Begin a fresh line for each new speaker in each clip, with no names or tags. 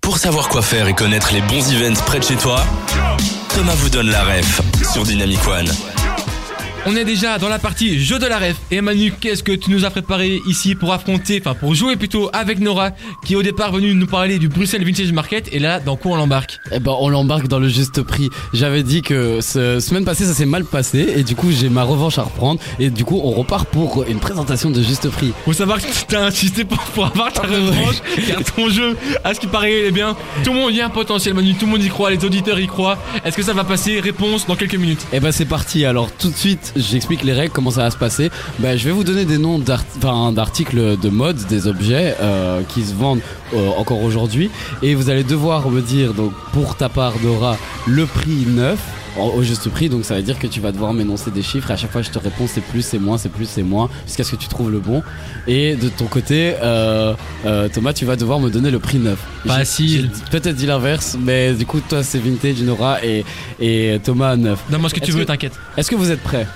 Pour savoir quoi faire et connaître les bons events près de chez toi, Thomas vous donne la ref sur Dynamic One.
On est déjà dans la partie jeu de la ref. Et Manu, qu'est-ce que tu nous as préparé ici pour affronter, enfin pour jouer plutôt avec Nora, qui est au départ venue nous parler du Bruxelles Vintage Market, et là, dans quoi on l'embarque
Eh ben, on l'embarque dans le juste prix. J'avais dit que ce semaine passée, ça s'est mal passé, et du coup, j'ai ma revanche à reprendre, et du coup, on repart pour une présentation de juste prix.
Faut savoir que t'as insisté pour, pour avoir ta
Ah
revanche, car ton jeu, à ce qui paraît, eh bien, tout le monde y a un potentiel, Manu, tout le monde y croit, les auditeurs y croient. Est-ce que ça va passer Réponse dans quelques minutes.
Eh ben, c'est parti. Alors, tout de suite, j'explique les règles, comment ça va se passer. Ben, je vais vous donner des noms d'art- enfin, d'articles de mode, des objets euh, qui se vendent euh, encore aujourd'hui, et vous allez devoir me dire, donc, pour ta part, Dora, le prix neuf. en- Au juste prix, donc ça veut dire que tu vas devoir m'énoncer des chiffres et à chaque fois je te réponds c'est plus, c'est moins, c'est plus, c'est moins, jusqu'à ce que tu trouves le bon. Et de ton côté, euh, euh, Thomas, tu vas devoir me donner le prix neuf. J'ai-
Facile.
j'ai Peut-être dit l'inverse, mais du coup, toi c'est vintage, Nora et, et Thomas neuf.
Donne-moi ce que tu
Est-ce
veux,
que-
t'inquiète.
Est-ce que vous êtes prêts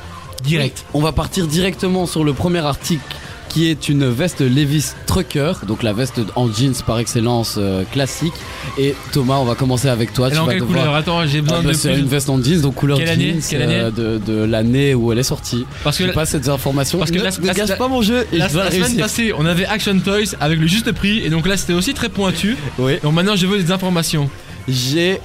Direct.
On va partir directement sur le premier article qui est une veste Levis Trucker, donc la veste en jeans par excellence euh, classique. Et Thomas, on va commencer avec toi.
Elle est
Ah, tu
en
vas
quelle
devoir-
couleur Attends, j'ai
Ah,
besoin
bah,
de
c'est
plus-
une veste en jeans, donc couleur
Quelle année
jeans
Quelle année
euh, de, de l'année où elle est sortie.
Parce que
Je sais
la,
pas cette information.
parce que
ne,
la-
ne
la-
gâche
la-
pas mon jeu et
la-
je dois
la semaine
réussir.
passée, on avait Action Toys avec le juste prix, et donc là, c'était aussi très pointu.
Oui.
Donc maintenant, je veux des informations.
J'ai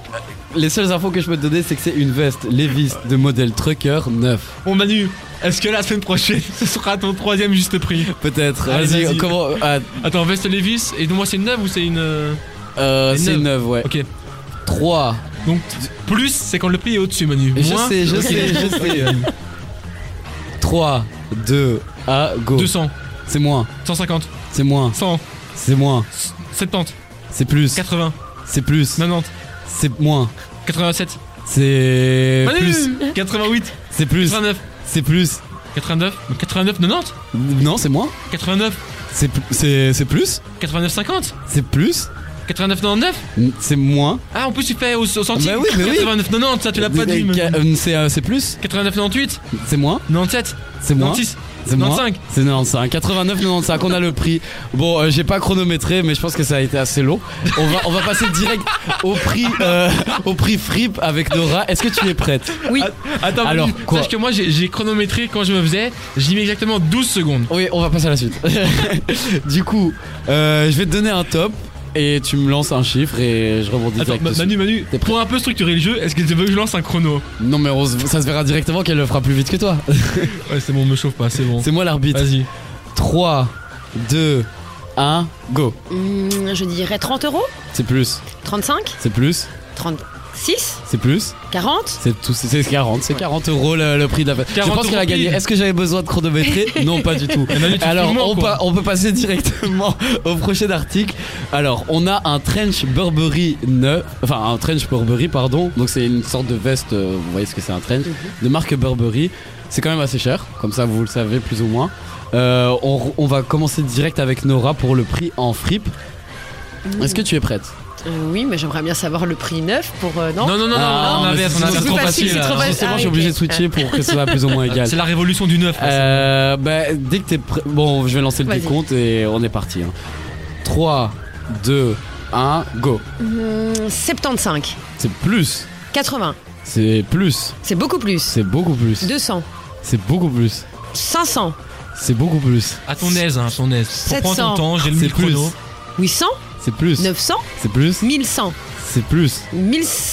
les seules infos que je peux te donner, c'est que c'est une veste Levis de modèle Trucker neuf.
Bon Manu, est-ce que la semaine prochaine ce sera ton troisième juste prix
Peut-être.
Allez,
Vas-y,
vas-y.
comment ah,
Attends, veste Levis, et donc moi c'est une neuve ou c'est une... euh,
euh,
Et
C'est
neuf.
neuf, ouais.
Ok,
3
donc plus c'est quand le prix est au-dessus Manu.
Je
Moins,
sais, je
ok.
sais, je sais. 3, 2, à go.
200,
C'est moins,
150,
c'est moins,
100,
c'est moins,
70,
c'est plus,
80,
c'est plus,
90,
c'est moins,
87,
c'est
Manu
plus,
88,
c'est plus,
89,
c'est plus.
89, 89, 90,
Non, c'est moins,
89,
c'est pl- c'est c'est plus,
89, 50,
c'est plus,
89, 99.
n- c'est moins.
Ah en plus tu fais au, au centime.
Bah oui, bah oui.
89, 90, ça tu l'as pas dit.
Euh,
Manu.
euh, C'est euh, c'est plus,
89, 98,
c'est moins,
97,
c'est moins.
96,
C'est moins.
95.
C'est 95. 89, 95. On a le prix. Bon, euh, j'ai pas chronométré, mais je pense que ça a été assez long. On va, on va passer direct au prix, euh, au prix fripe avec Nora. Est-ce que tu es prête Ah,
Oui.
Attends,
Alors,
Alors,
quoi
sache que moi j'ai j'ai chronométré quand je me faisais, j'y mets exactement 12 secondes.
Oui, on va passer à la suite. du coup, euh, je vais te donner un top et tu me lances un chiffre et je rebondis
Attends,
direct
Ma-
dessus.
Manu, Manu,
T'es prêt
pour un peu structurer le jeu, est-ce que tu veux que je lance un chrono
Non, mais on se- ça se verra directement qu'elle le fera plus vite que toi.
Ouais, c'est bon, me chauffe pas, c'est bon.
C'est moi l'arbitre.
Vas-y.
3, 2, 1, go.
Hum, je dirais 30 euros,
C'est plus,
35,
c'est plus,
36,
c'est plus.
40.
C'est tout, c'est- c'est 40, c'est 40 euros le, le prix de la fête. Je
40
pense qu'elle a
euros
gagné.
pile. Eh ben,
Est-ce que j'avais besoin de chronométrer Non, pas du tout.
Manu, tu te
Alors,
fous de moi,
on,
quoi.
pa- on peut passer directement au prochain article. Alors, on a un trench Burberry neuf, enfin un trench Burberry, pardon. Donc, c'est une sorte de veste, euh, vous voyez ce que c'est un trench,
Mhm.
de marque Burberry. C'est quand même assez cher, comme ça vous le savez plus ou moins. Euh, on, on va commencer direct avec Nora pour le prix en fripe.
Mmh.
Est-ce que tu es prête
Euh, oui, mais j'aimerais bien savoir le prix neuf pour. euh, non,
Non, non, non,
Ah,
non, on
mais
inverse,
c'est-
on
c'est
inverse
plus
trop
facile,
facile. hein.
c'est trop
là.
facile.
Justement,
Ah,
j'ai
ok.
obligé de switcher pour que ce soit plus ou moins égal.
C'est la révolution du neuf. là,
Euh, bah, dès que t'es prêt. Bon, je vais lancer le
Vas-y.
décompte et on est parti. hein. 3, 2, 1, go.
Hum, 75,
C'est plus.
80,
C'est plus.
c'est beaucoup plus.
C'est beaucoup plus.
200,
C'est beaucoup plus.
500,
C'est beaucoup plus.
c'est- À ton aise, hein, à ton aise. Prends ton
700.
temps, j'ai le
Ah, C'est
mille
plus.
chrono.
huit 800,
C'est plus.
900,
C'est plus.
1100,
C'est plus.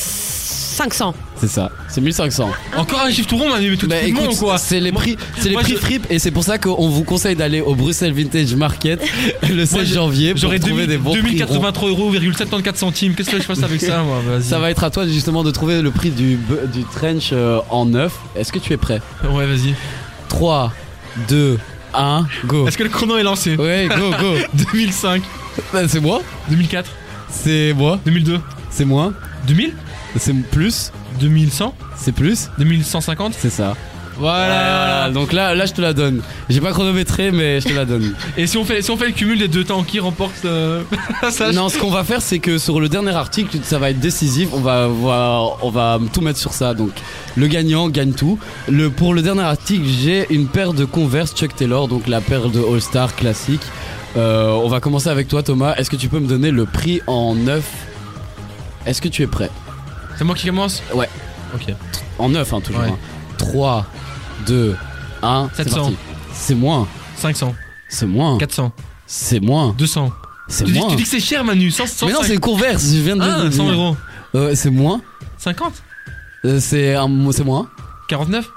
1500.
C'est ça. C'est 1500.
Encore un chiffre tout rond, Manu, mais tout
Bah,
le monde
écoute,
quoi.
c'est les
Moi-
prix, c'est les
moi,
prix
je-
frip et c'est pour ça qu'on vous conseille d'aller au Bruxelles Vintage Market le 16
je-
janvier pour
J'aurais 2000
trouver des bons prix ronds.
2083 euros, 74 centimes. Qu'est-ce que je fasse avec ça, moi Vas-y.
Ça va être à toi justement de trouver le prix du, bu- du trench euh, en neuf. Est-ce que tu es prêt
Ouais, vas-y.
3, 2, 1, go.
Est-ce que le chrono est lancé
Ouais, go, go.
2005,
Bah, C'est moi
2004,
C'est moi
2002,
C'est moi
2000,
C'est plus
2100,
C'est plus
2150.
C'est ça.
Voilà.
Voilà, donc là, là, je te la donne. J'ai pas chronométré, mais je te la donne.
Et si on fait si on fait le cumul des deux temps qui remporte euh, ça
non, ce qu'on va faire, c'est que sur le dernier article, ça va être décisif. On va, voir- on va tout mettre sur ça. Donc, le gagnant gagne tout. Le, pour le dernier article, j'ai une paire de Converse Chuck Taylor, donc la paire de All Star classique. Euh, on va commencer avec toi, Thomas. Est-ce que tu peux me donner le prix en neuf Est-ce que tu es prêt
C'est moi qui commence
Ouais.
Ok.
En 9, hein, toujours.
Ouais.
hein. 3, 2, 1. C'est
700.
parti. C'est moins.
500,
C'est moins.
400,
C'est moins.
200.
C'est
Tu dis,
moins.
tu dis que c'est cher, Manu 100, 100
Mais non, c'est une converse. Je viens de.
Ah,
de-
100 euros.
Euh, c'est moins.
50
Euh, c'est un mot- c'est moins.
49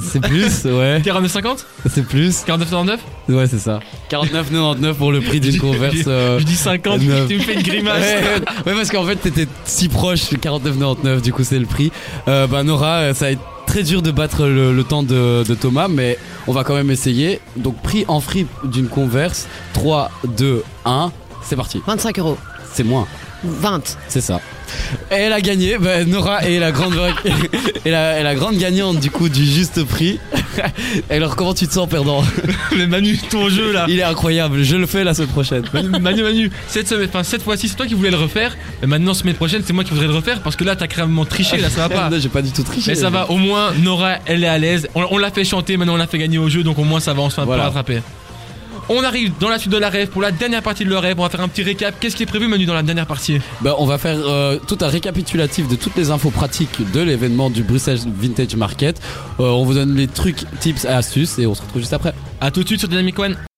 C'est plus, ouais.
49 50
C'est plus.
49 49
Ouais, c'est ça. 49,99 pour le prix d'une converse. euh,
Je dis 50,
neuf.
tu me fais une grimace.
Ouais, ouais, ouais, parce qu'en fait t'étais si proche, 49,99 du coup c'est le prix. Euh, bah Nora, euh, ça va être très dur de battre le, le temps de, de Thomas, mais on va quand même essayer. Donc prix en free d'une converse, 3, 2, 1, c'est parti.
25 euros.
C'est moins,
20.
c'est ça. Et elle a gagné, Bah, Nora est la grande vainc- est la, est la grande gagnante du coup du juste prix. Et alors comment tu te sens perdant
Mais Manu, ton jeu là.
Il est incroyable, je le fais la semaine prochaine.
Manu, Manu, Manu, cette, semaine- enfin, cette fois-ci, c'est toi qui voulais le refaire. Mais maintenant, semaine prochaine, c'est moi qui voudrais le refaire parce que là, t'as carrément triché. Là, ça va pas.
Non, J'ai pas du tout triché.
Mais ça va, au moins, Nora, elle est à l'aise. On, on l'a fait chanter, maintenant on l'a fait gagner au jeu, donc au moins ça va, on se fait un peu
Voilà.
rattraper. On arrive dans la suite de la rêve pour la dernière partie de la rêve. On va faire un petit récap. Qu'est-ce qui est prévu, Manu, dans la dernière partie
Bah, on va faire euh, tout un récapitulatif de toutes les infos pratiques de l'événement du Bruxelles Vintage Market. Euh, on vous donne les trucs, tips et astuces et on se retrouve juste après.
A tout de suite sur Dynamic One.